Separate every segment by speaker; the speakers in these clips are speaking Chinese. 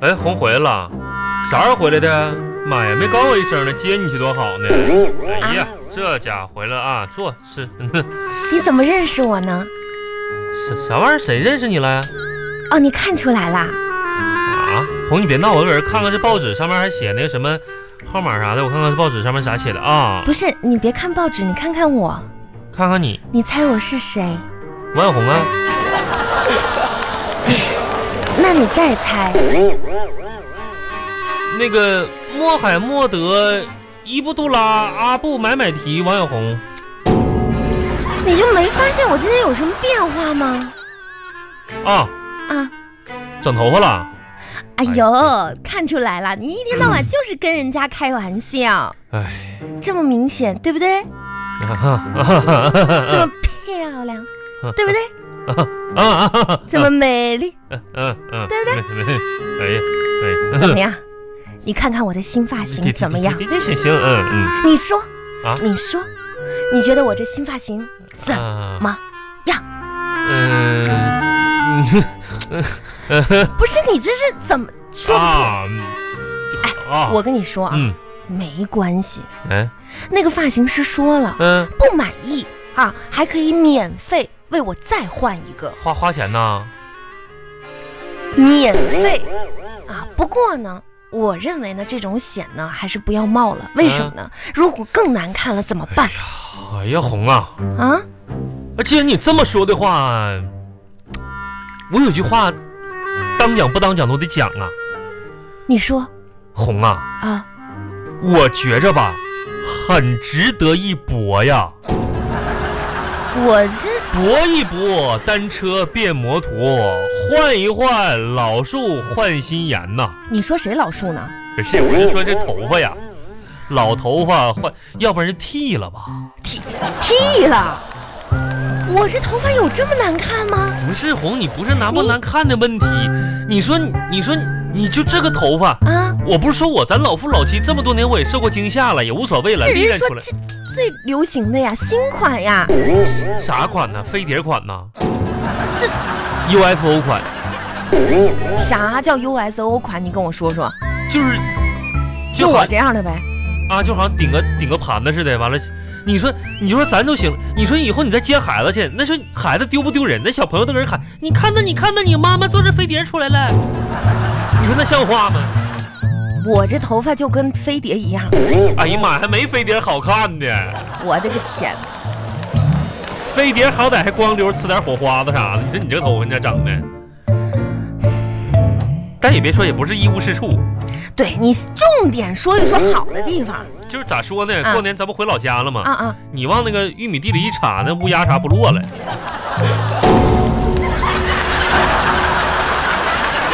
Speaker 1: 哎，红回来了，啥时候回来的？妈呀，没告我一声呢，接你去多好呢！哎呀，这家伙回来啊，坐是
Speaker 2: 你怎么认识我呢？
Speaker 1: 是啥玩意儿？谁认识你了呀？
Speaker 2: 哦，你看出来啦？
Speaker 1: 啊，红，你别闹，我一会儿看看这报纸上面还写那个什么号码啥的，我看看这报纸上面啥写的啊？
Speaker 2: 不是，你别看报纸，你看看我，
Speaker 1: 看看你，
Speaker 2: 你猜我是谁？
Speaker 1: 王小红啊，
Speaker 2: 那你再猜，
Speaker 1: 那个莫海默德伊布杜拉阿布买买提王小红，
Speaker 2: 你就没发现我今天有什么变化吗？
Speaker 1: 啊，
Speaker 2: 啊，
Speaker 1: 整头发了。
Speaker 2: 哎呦，看出来了，你一天到晚就是跟人家开玩笑，
Speaker 1: 哎，
Speaker 2: 这么明显，对不对？
Speaker 1: 啊哈，
Speaker 2: 这么漂亮，对不对？
Speaker 1: 啊啊啊！
Speaker 2: 这么美丽，
Speaker 1: 嗯嗯嗯，
Speaker 2: 对不
Speaker 1: 对？哎呀，哎，
Speaker 2: 怎么样？你看看我的新发型怎么样？
Speaker 1: 这这行行，嗯
Speaker 2: 你说
Speaker 1: 啊，
Speaker 2: 你说，你觉得我这新发型
Speaker 1: 嗯，
Speaker 2: 怎
Speaker 1: 啊
Speaker 2: 么样？
Speaker 1: 嗯，
Speaker 2: 不是你这是怎么说不出？
Speaker 1: 啊，啊，
Speaker 2: 哎我跟你说啊，
Speaker 1: 嗯，
Speaker 2: 没关系，
Speaker 1: 哎，
Speaker 2: 那个发型师说了
Speaker 1: 嗯，
Speaker 2: 不满意啊，还可以免费为我再换一个，
Speaker 1: 花花钱呐，
Speaker 2: 免费啊。不过呢。我认为呢，这种险呢还是不要冒了。为什么呢？如果更难看了怎么办
Speaker 1: 嗯哎呀，红啊，
Speaker 2: 啊？
Speaker 1: 那既然你这么说的话，我有句话，当讲不当讲都得讲啊，
Speaker 2: 你说
Speaker 1: 红啊，
Speaker 2: 啊，
Speaker 1: 我觉着吧，很值得一搏呀。
Speaker 2: 我是
Speaker 1: 搏一搏，单车变摩托，换一换老树换新颜呐。
Speaker 2: 你说谁老树呢？
Speaker 1: 不是，我是说这头发呀，老头发换，要不然就剃了吧？
Speaker 2: 剃剃了，我这头发有这么难看吗？
Speaker 1: 不是红，你不是难不难看的问题，你说你你说你就这个头发，
Speaker 2: 啊，
Speaker 1: 我不是说我咱老夫老妻这么多年我也受过惊吓了，也无所谓了，
Speaker 2: 这
Speaker 1: 历
Speaker 2: 人
Speaker 1: 练
Speaker 2: 说
Speaker 1: 出来。
Speaker 2: 这最流行的呀，新款呀，
Speaker 1: 啥款呢？飞碟款呢？
Speaker 2: 这
Speaker 1: UFO 款，
Speaker 2: 啥叫 USO 款？你跟我说说，
Speaker 1: 就是
Speaker 2: 就
Speaker 1: 好
Speaker 2: 我这样的呗。
Speaker 1: 啊，就好像顶个顶个盘子似的。完了，你说你说咱都行，你说以后你再接孩子去，那说孩子丢不丢人？那小朋友都搁这喊，你看那你看那你妈妈坐着飞碟出来了，你说那像话吗？
Speaker 2: 我这头发就跟飞碟一样，
Speaker 1: 哎呀妈呀，还没飞碟好看呢，
Speaker 2: 我的个天哪！
Speaker 1: 飞碟好歹还光溜呲点火花子啥的。你说你这头发你咋整的？但也别说，也不是一无是处，
Speaker 2: 对你重点说一说好的地方
Speaker 1: 就是咋说呢？
Speaker 2: 啊
Speaker 1: 过年咱不回老家了吗？
Speaker 2: 啊啊！
Speaker 1: 你往那个玉米地里一插，那乌鸦啥不落了。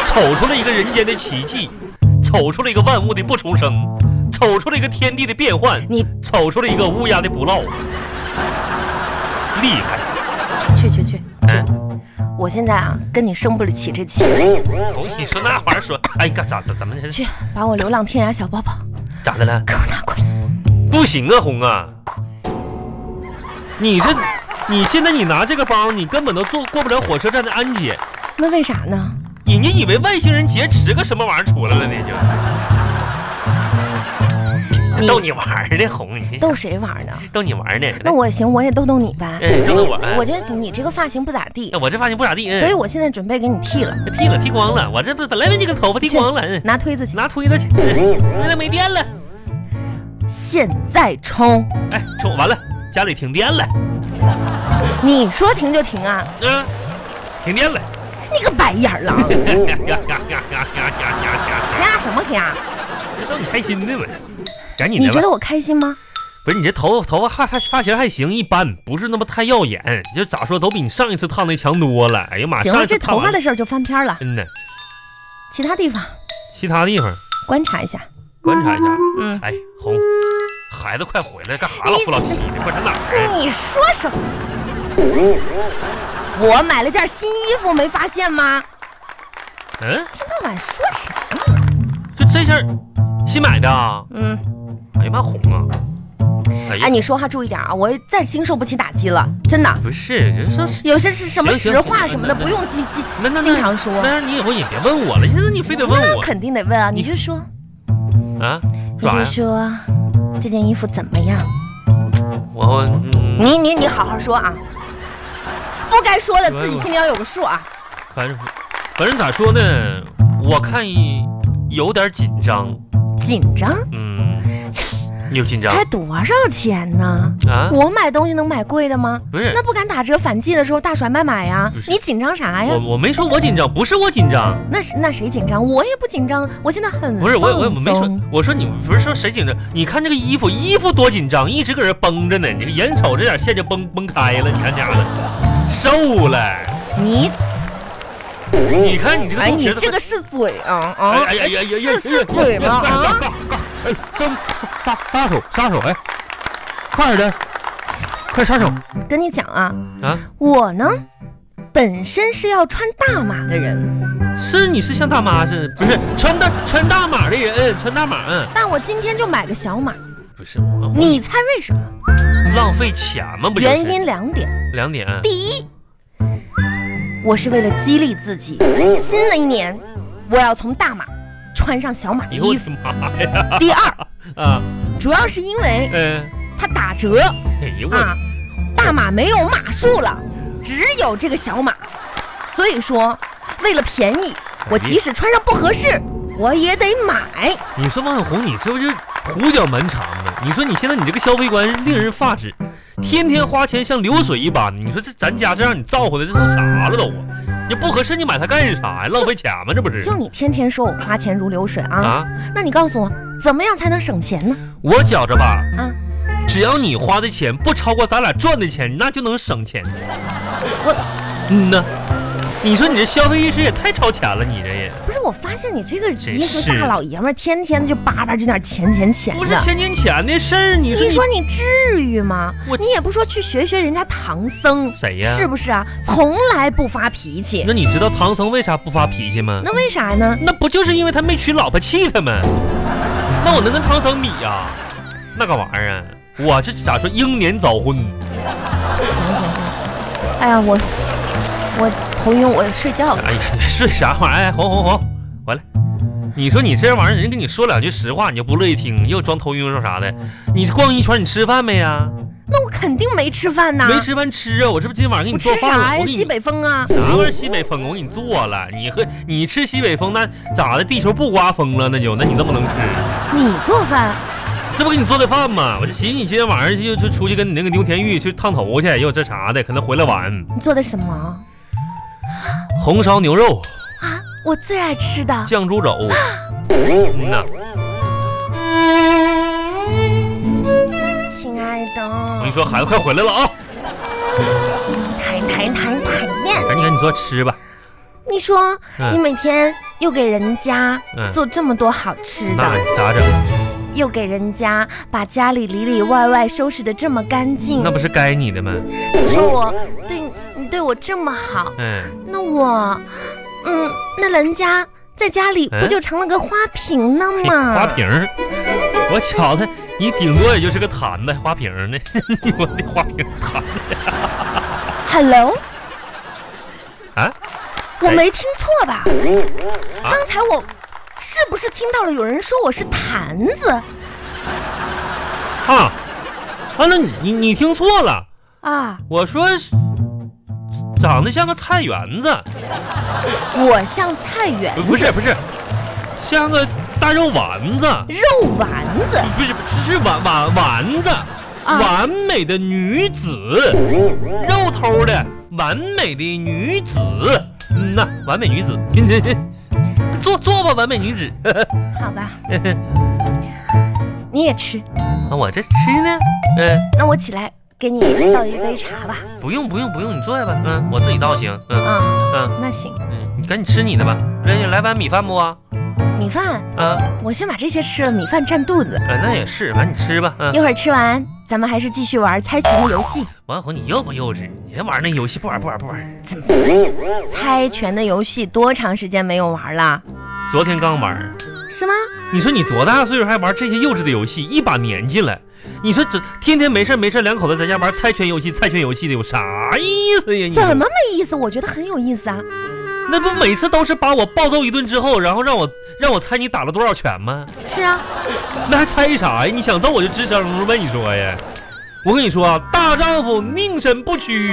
Speaker 1: 瞅出了一个人间的奇迹，瞅出了一个万物的不重生，瞅出了一个天地的变幻，
Speaker 2: 你
Speaker 1: 瞅出了一个乌鸦的不落。厉害！
Speaker 2: 去去去，
Speaker 1: 哎，
Speaker 2: 我现在啊跟你生不起这气，
Speaker 1: 红喜说那玩意儿说，哎，干咋咋怎么
Speaker 2: 去把我流浪天涯小包包
Speaker 1: 咋的了？
Speaker 2: 给我拿过来。
Speaker 1: 不行啊，红啊，你这你现在你拿这个包，你根本都坐过不了火车站的安检。
Speaker 2: 那为啥呢？
Speaker 1: 你你以为外星人劫持个什么玩意儿出来了呢？就
Speaker 2: 你
Speaker 1: 逗你玩儿呢，红你
Speaker 2: 逗谁玩呢？
Speaker 1: 逗你玩儿呢。
Speaker 2: 那我行，我也逗逗你呗。
Speaker 1: 嗯，逗逗我。哎
Speaker 2: 我觉得你这个发型不咋地，
Speaker 1: 哎我这发型不咋地，嗯
Speaker 2: 所以我现在准备给你剃了，
Speaker 1: 剃了剃光了。我这不本来没这个头发剃光了，嗯
Speaker 2: 拿推子去，
Speaker 1: 拿推子去，嗯推子没电了，
Speaker 2: 现在冲！
Speaker 1: 哎，冲完了，家里停电了，
Speaker 2: 你说停就停啊，
Speaker 1: 嗯，停电了，
Speaker 2: 你个白眼儿狼，
Speaker 1: 呀呀呀呀呀呀呀呀，
Speaker 2: 呀什么呀？
Speaker 1: 这逗你开心的呗。赶紧
Speaker 2: 你
Speaker 1: 的
Speaker 2: 觉
Speaker 1: 吧
Speaker 2: 得，我开心吗？
Speaker 1: 不是你这头发头发还发发型还行，一般，不是那么太耀眼，就咋说都比你上一次烫的强多了。哎呀妈，
Speaker 2: 行
Speaker 1: 上
Speaker 2: 了，
Speaker 1: 一次
Speaker 2: 这
Speaker 1: 烫
Speaker 2: 头
Speaker 1: 完
Speaker 2: 发的事儿就翻篇了，
Speaker 1: 真的，
Speaker 2: 其他地方
Speaker 1: 其他地方
Speaker 2: 观察一下。
Speaker 1: 观察一下。
Speaker 2: 嗯，
Speaker 1: 哎，红，孩子快回来，干啥老夫老妻的，快上哪儿啊？
Speaker 2: 你说什么？我买了件新衣服，没发现吗？
Speaker 1: 嗯，
Speaker 2: 天到晚说啥？
Speaker 1: 就这事儿，新买的啊？
Speaker 2: 嗯，
Speaker 1: 哎呀妈，红啊！哎呀
Speaker 2: 哎，你说话注意点啊，我再经受不起打击了，真的。
Speaker 1: 不是，人说
Speaker 2: 有些是什么
Speaker 1: 行行
Speaker 2: 实
Speaker 1: 行
Speaker 2: 话什么的，
Speaker 1: 那那
Speaker 2: 不用经经
Speaker 1: 那那
Speaker 2: 经
Speaker 1: 那，
Speaker 2: 常说。
Speaker 1: 但是你以后也别问我了，现在你非得问
Speaker 2: 那
Speaker 1: 我
Speaker 2: 肯定得问啊，你
Speaker 1: 你
Speaker 2: 就说，
Speaker 1: 啊？
Speaker 2: 你
Speaker 1: 啥
Speaker 2: 就
Speaker 1: 呀？
Speaker 2: 说这件衣服怎么样？
Speaker 1: 我我嗯，
Speaker 2: 你你你好好说啊，不该说的
Speaker 1: 我
Speaker 2: 自己心里要有个数啊。
Speaker 1: 反正反正咋说呢，我看一有点紧张，
Speaker 2: 紧张，
Speaker 1: 嗯，你有紧张
Speaker 2: 才多少钱呢？
Speaker 1: 啊？
Speaker 2: 我买东西能买贵的吗？
Speaker 1: 不是
Speaker 2: 那，不敢打折反季的时候大甩卖买呀
Speaker 1: 不，是
Speaker 2: 你紧张啥呀
Speaker 1: 我？我没说我紧张，不是我紧张。
Speaker 2: 那是那谁紧张？我也不紧张，我现在很
Speaker 1: 不是我我我
Speaker 2: 放
Speaker 1: 没说
Speaker 2: 松，
Speaker 1: 我说你不是说谁紧张？你看这个衣服，衣服多紧张，一直搁这绷着呢。你看眼瞅着点线就绷绷开了，你看家伙，瘦了。
Speaker 2: 你
Speaker 1: 你看你这个
Speaker 2: 哎，
Speaker 1: 动
Speaker 2: 你
Speaker 1: 觉得
Speaker 2: 这个是嘴啊啊！
Speaker 1: 哎呀呀呀呀
Speaker 2: 是是嘴吗？啊！
Speaker 1: 哎，杀杀杀杀手杀手！哎，快点，快杀手！
Speaker 2: 跟你讲啊
Speaker 1: 啊，
Speaker 2: 我呢，本身是要穿大码的人，
Speaker 1: 是你是像大妈似的，不是穿大穿大码的人，嗯穿大码，嗯，
Speaker 2: 但我今天就买个小码，
Speaker 1: 不是我
Speaker 2: 你猜为什么？
Speaker 1: 浪费钱吗？不就是
Speaker 2: 原因两点，
Speaker 1: 两点，
Speaker 2: 第一，我是为了激励自己，新的一年我要从大码穿上小码的
Speaker 1: 哎呦我
Speaker 2: 衣服。
Speaker 1: 的妈呀！
Speaker 2: 第二，
Speaker 1: 啊，
Speaker 2: 主要是因为
Speaker 1: 嗯，
Speaker 2: 它打折
Speaker 1: 哎呦我
Speaker 2: 啊，大码没有码数了，只有这个小码，所以说为了便宜，我即使穿上不合适，我也得买。
Speaker 1: 你说王小红，你是不是胡搅蛮缠呢？你说你现在你这个消费观令人发指，天天花钱像流水一般。你说这咱家这让你造回来，这都啥了都啊？你不合适你买它干啥呀？浪费钱吗？这不是
Speaker 2: 就你天天说我花钱如流水啊，
Speaker 1: 啊？
Speaker 2: 那你告诉我怎么样才能省钱呢？
Speaker 1: 我觉着吧，
Speaker 2: 啊，
Speaker 1: 只要你花的钱不超过咱俩赚的钱，那就能省钱。
Speaker 2: 我，
Speaker 1: 嗯呐，你说你这消费意识也太超前了，你这也
Speaker 2: 不是，我发现你这个
Speaker 1: 真
Speaker 2: 一个
Speaker 1: 是
Speaker 2: 大老爷们儿，天天就叭叭这点钱钱钱
Speaker 1: 不是
Speaker 2: 的。
Speaker 1: 千年前的事儿。你说
Speaker 2: 你
Speaker 1: 你
Speaker 2: 说你至于吗
Speaker 1: 我？
Speaker 2: 你也不说去学学人家唐僧，
Speaker 1: 谁呀？
Speaker 2: 是不是啊？从来不发脾气，
Speaker 1: 那你知道唐僧为啥不发脾气吗？
Speaker 2: 那为啥呢？
Speaker 1: 那不就是因为他没娶老婆气他们？那我能跟唐僧比呀、那个玩意儿啊，我这咋说英年早婚？
Speaker 2: 行行行，哎呀，我我头晕，我睡觉了。
Speaker 1: 哎呀，睡啥玩意儿？哎红红红，回来！你说你这玩意儿，人跟你说两句实话，你就不乐意听，又装头晕又说啥的。你逛一圈，你吃饭没呀、
Speaker 2: 那我肯定没吃饭呐，
Speaker 1: 没吃饭吃啊！我这不今晚上给
Speaker 2: 我
Speaker 1: 你做
Speaker 2: 吃
Speaker 1: 饭
Speaker 2: 啥
Speaker 1: 了，
Speaker 2: 呀？
Speaker 1: 我给
Speaker 2: 西
Speaker 1: 你。
Speaker 2: 北风啊！
Speaker 1: 啥玩意儿西北风？我给你做了，你喝你吃西北风，那咋的？地球不刮风了那就？那你那么能吃？
Speaker 2: 你做饭，
Speaker 1: 这不给你做的饭吗？我就寻思你今天晚上就就出去跟你那个牛田玉去烫头去，又这啥的，可能回来晚。
Speaker 2: 你做的什么啊？
Speaker 1: 红烧牛肉、
Speaker 2: 我最爱吃的。
Speaker 1: 酱猪肘，嗯呐，我跟你，
Speaker 2: 亲爱的
Speaker 1: 说，孩子快回来了啊！
Speaker 2: 太太太讨厌！
Speaker 1: 赶紧赶紧说吃吧，
Speaker 2: 你说
Speaker 1: 嗯
Speaker 2: 你每天又给人家
Speaker 1: 嗯
Speaker 2: 做这么多好吃
Speaker 1: 那
Speaker 2: 的，
Speaker 1: 咋整？
Speaker 2: 又给人家把家里里里外外收拾的这么干净
Speaker 1: 那，不是该你的吗？
Speaker 2: 你说我对你你对我这么好，
Speaker 1: 嗯，
Speaker 2: 那我，嗯，那人家在家里
Speaker 1: 嗯
Speaker 2: 不就成了个花瓶了
Speaker 1: 嘿
Speaker 2: 吗？
Speaker 1: 花瓶儿，我瞧他，你顶多也就是个坛子花瓶儿呢， 我的花瓶儿坛子
Speaker 2: Hello，
Speaker 1: 啊？
Speaker 2: 我
Speaker 1: 谁
Speaker 2: 没听错吧？
Speaker 1: 啊
Speaker 2: 刚才我是不是听到了有人说我是坛子
Speaker 1: 啊啊，那你你你听错了。
Speaker 2: 啊？
Speaker 1: 我说是长得像个菜园子，
Speaker 2: 我像菜园
Speaker 1: 不是不是，像个大肉丸子，
Speaker 2: 肉丸子
Speaker 1: 不是是丸丸丸子，
Speaker 2: 啊！
Speaker 1: 完美的女子，肉头的完美的女子，嗯呐，完美女子， 坐坐吧，完美女子。
Speaker 2: 好吧，你也吃，
Speaker 1: 啊我这吃呢，嗯、
Speaker 2: 那我起来给你倒一杯茶吧。
Speaker 1: 不用不用不用，你坐下吧，嗯，我自己倒行，嗯
Speaker 2: 啊，
Speaker 1: 嗯
Speaker 2: 那行，
Speaker 1: 嗯，你赶紧吃你的吧，人家来碗米饭不啊？
Speaker 2: 米饭
Speaker 1: 啊啊，
Speaker 2: 我先把这些吃了，米饭占肚子。
Speaker 1: 那也是，反正你吃吧，嗯。
Speaker 2: 一会儿吃完，咱们还是继续玩猜拳的游戏。
Speaker 1: 王小红，你幼不幼稚？你这玩意儿那游戏不玩不玩不玩。
Speaker 2: 猜拳的游戏多长时间没有玩了？
Speaker 1: 昨天刚玩儿，
Speaker 2: 是吗？
Speaker 1: 你说你多大岁数还玩这些幼稚的游戏？一把年纪了，你说这天天没事没事两口子在家玩猜拳游戏、猜拳游戏的有啥意思呀？你
Speaker 2: 怎么没意思？我觉得很有意思啊！
Speaker 1: 那不每次都是把我暴揍一顿之后，然后让我让我猜你打了多少拳吗？
Speaker 2: 是啊，
Speaker 1: 那还猜啥呀？你想揍我就吱声呗！你说呀？我跟你说啊，大丈夫宁身不屈，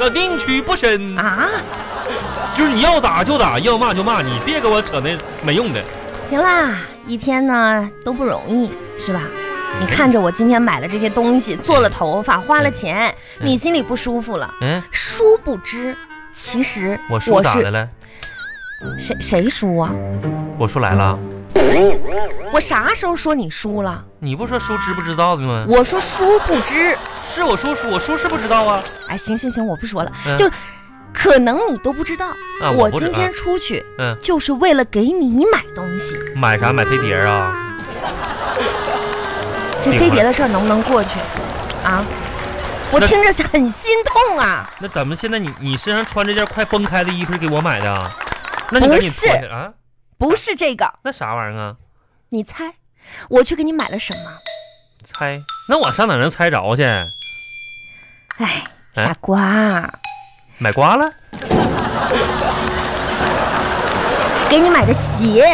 Speaker 1: 呃，宁屈不伸
Speaker 2: 啊，啊！
Speaker 1: 就是你要打就打，要骂就骂，你别给我扯那没用的。
Speaker 2: 行啦，一天呢都不容易，是吧？你看着我今天买了这些东西，做了头发，花了钱，
Speaker 1: 嗯
Speaker 2: 你心里不舒服了。
Speaker 1: 嗯，
Speaker 2: 殊不知，其实
Speaker 1: 我叔咋的
Speaker 2: 是
Speaker 1: 了？
Speaker 2: 谁谁输啊？
Speaker 1: 我叔来了，
Speaker 2: 我啥时候说你输了？
Speaker 1: 你不说叔知不知道的吗？
Speaker 2: 我说殊不知。
Speaker 1: 是我叔叔，我叔是不知道啊。
Speaker 2: 哎，行行行，我不说了，
Speaker 1: 嗯
Speaker 2: 就是可能你都不知道，
Speaker 1: 啊，
Speaker 2: 我
Speaker 1: 不知
Speaker 2: 今
Speaker 1: 啊
Speaker 2: 天出去
Speaker 1: 嗯，
Speaker 2: 就是为了给你买东西。
Speaker 1: 买啥买飞碟啊？
Speaker 2: 这
Speaker 1: 明白
Speaker 2: 飞碟的事儿能不能过去啊？我
Speaker 1: 那
Speaker 2: 听着很心痛啊！
Speaker 1: 那咱们现在你你身上穿这件快崩开的衣服是给我买的啊？那你赶紧
Speaker 2: 不是
Speaker 1: 脱下啊？
Speaker 2: 不是这个，
Speaker 1: 那啥玩意儿啊？
Speaker 2: 你猜，我去给你买了什么？
Speaker 1: 猜？那我上哪能猜着去？
Speaker 2: 哎，
Speaker 1: 哎
Speaker 2: 傻瓜，
Speaker 1: 买瓜了？
Speaker 2: 给你买的鞋。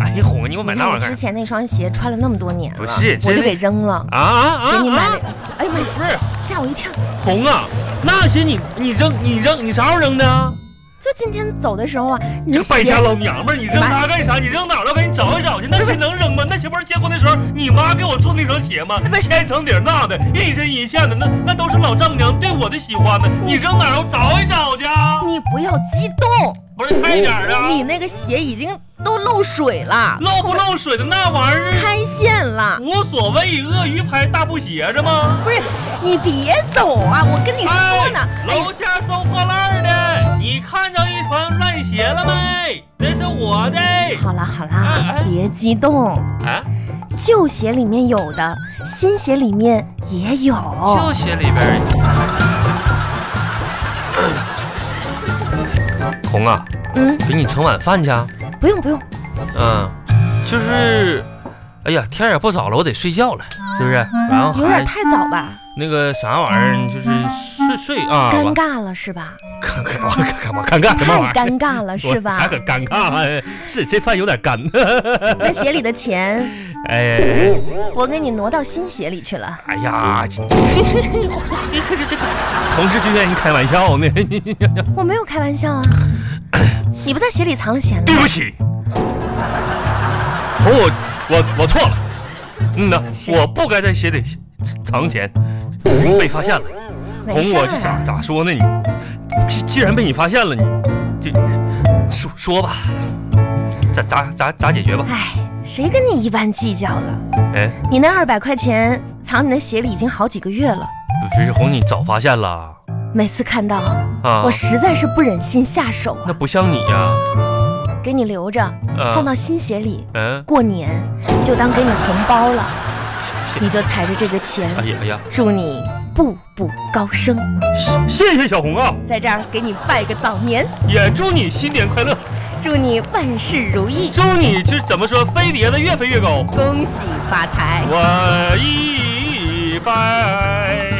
Speaker 1: 哎呀，哄你给我买
Speaker 2: 你
Speaker 1: 那
Speaker 2: 看
Speaker 1: 玩
Speaker 2: 我
Speaker 1: 意
Speaker 2: 之
Speaker 1: 儿
Speaker 2: 前那双鞋穿了那么多年了，
Speaker 1: 不是
Speaker 2: 我
Speaker 1: 真的
Speaker 2: 就给扔了，
Speaker 1: 啊啊啊！
Speaker 2: 给你买
Speaker 1: 啊
Speaker 2: 了。哎呀妈，
Speaker 1: 不
Speaker 2: 呀，
Speaker 1: 是
Speaker 2: 吓我一跳！
Speaker 1: 红啊，那些你你扔你扔你啥时候扔的啊？
Speaker 2: 就今天走的时候啊，你
Speaker 1: 这
Speaker 2: 的
Speaker 1: 败
Speaker 2: 鞋
Speaker 1: 家老娘们儿，你扔它干啥？你扔哪儿了？我赶紧找一找去。那鞋能扔吗？那鞋不是结婚的时候你妈给我做那双鞋吗？千层底儿大的，一针一线的，那那都是老丈母娘对我的喜欢呢。你扔哪儿？我找一找去啊。
Speaker 2: 你不要激动，
Speaker 1: 不是快点儿啊！
Speaker 2: 你那个鞋已经都漏水了，
Speaker 1: 漏不漏水的那玩意儿
Speaker 2: 开线了。
Speaker 1: 无所谓，鳄鱼牌大布鞋是吗？
Speaker 2: 不是，你别走啊！我跟你说呢，哎呀
Speaker 1: 楼下收破烂的，你看着一双烂鞋了没？这是我的。
Speaker 2: 好啦好
Speaker 1: 哎
Speaker 2: 啦
Speaker 1: 哎，
Speaker 2: 别激动，
Speaker 1: 啊，
Speaker 2: 旧鞋里面有的，新鞋里面也有。
Speaker 1: 旧鞋里边儿。红啊，
Speaker 2: 嗯，
Speaker 1: 给你盛碗饭去啊。
Speaker 2: 不用不用，
Speaker 1: 嗯，就是，哎呀，天也不早了，我得睡觉了，是不是？然后
Speaker 2: 有点
Speaker 1: 还
Speaker 2: 太早吧？
Speaker 1: 那个啥玩意儿，就是睡睡啊，
Speaker 2: 尴
Speaker 1: 完
Speaker 2: 尬了是吧？
Speaker 1: 干干嘛干嘛干干什么玩
Speaker 2: 太
Speaker 1: 意儿？
Speaker 2: 尴尬了是
Speaker 1: 我还
Speaker 2: 吧？
Speaker 1: 很尴尬、啊，是这饭有点干。
Speaker 2: 那鞋里的钱
Speaker 1: 哎
Speaker 2: 我给你挪到新鞋里去了。
Speaker 1: 哎呀，这这这这这同志之间你开玩笑呢？
Speaker 2: 我没有开玩笑啊，你不在鞋里藏了钱了
Speaker 1: 对？不起，红我我我错了，嗯呐，
Speaker 2: 是
Speaker 1: 我不该在鞋里藏钱，被发现了。
Speaker 2: 没
Speaker 1: 红
Speaker 2: 事
Speaker 1: 我这
Speaker 2: 儿
Speaker 1: 咋
Speaker 2: 啊，
Speaker 1: 咋说呢？你既既然被你发现了，你就说说吧，咋咋咋咋解决吧？
Speaker 2: 哎，谁跟你一般计较了？
Speaker 1: 哎，
Speaker 2: 你那二百块钱藏你的鞋里已经好几个月了，
Speaker 1: 不是红，你早发现了
Speaker 2: 每次看到
Speaker 1: 啊
Speaker 2: 我？实在是不忍心下手啊
Speaker 1: 那不像你呀、
Speaker 2: 给你留着，
Speaker 1: 啊
Speaker 2: 放到新鞋里，
Speaker 1: 嗯，
Speaker 2: 过年就当给你红包了，
Speaker 1: 谢
Speaker 2: 你
Speaker 1: 谢。
Speaker 2: 就踩着这个钱，
Speaker 1: 哎呀哎呀，
Speaker 2: 祝你步步高升，
Speaker 1: 谢谢谢小红啊，
Speaker 2: 在这儿给你拜个早年，
Speaker 1: 也祝你新年快乐，
Speaker 2: 祝你万事如意，
Speaker 1: 祝你就是怎么说，飞碟的越飞越高。
Speaker 2: 恭喜发财。
Speaker 1: 我一拜。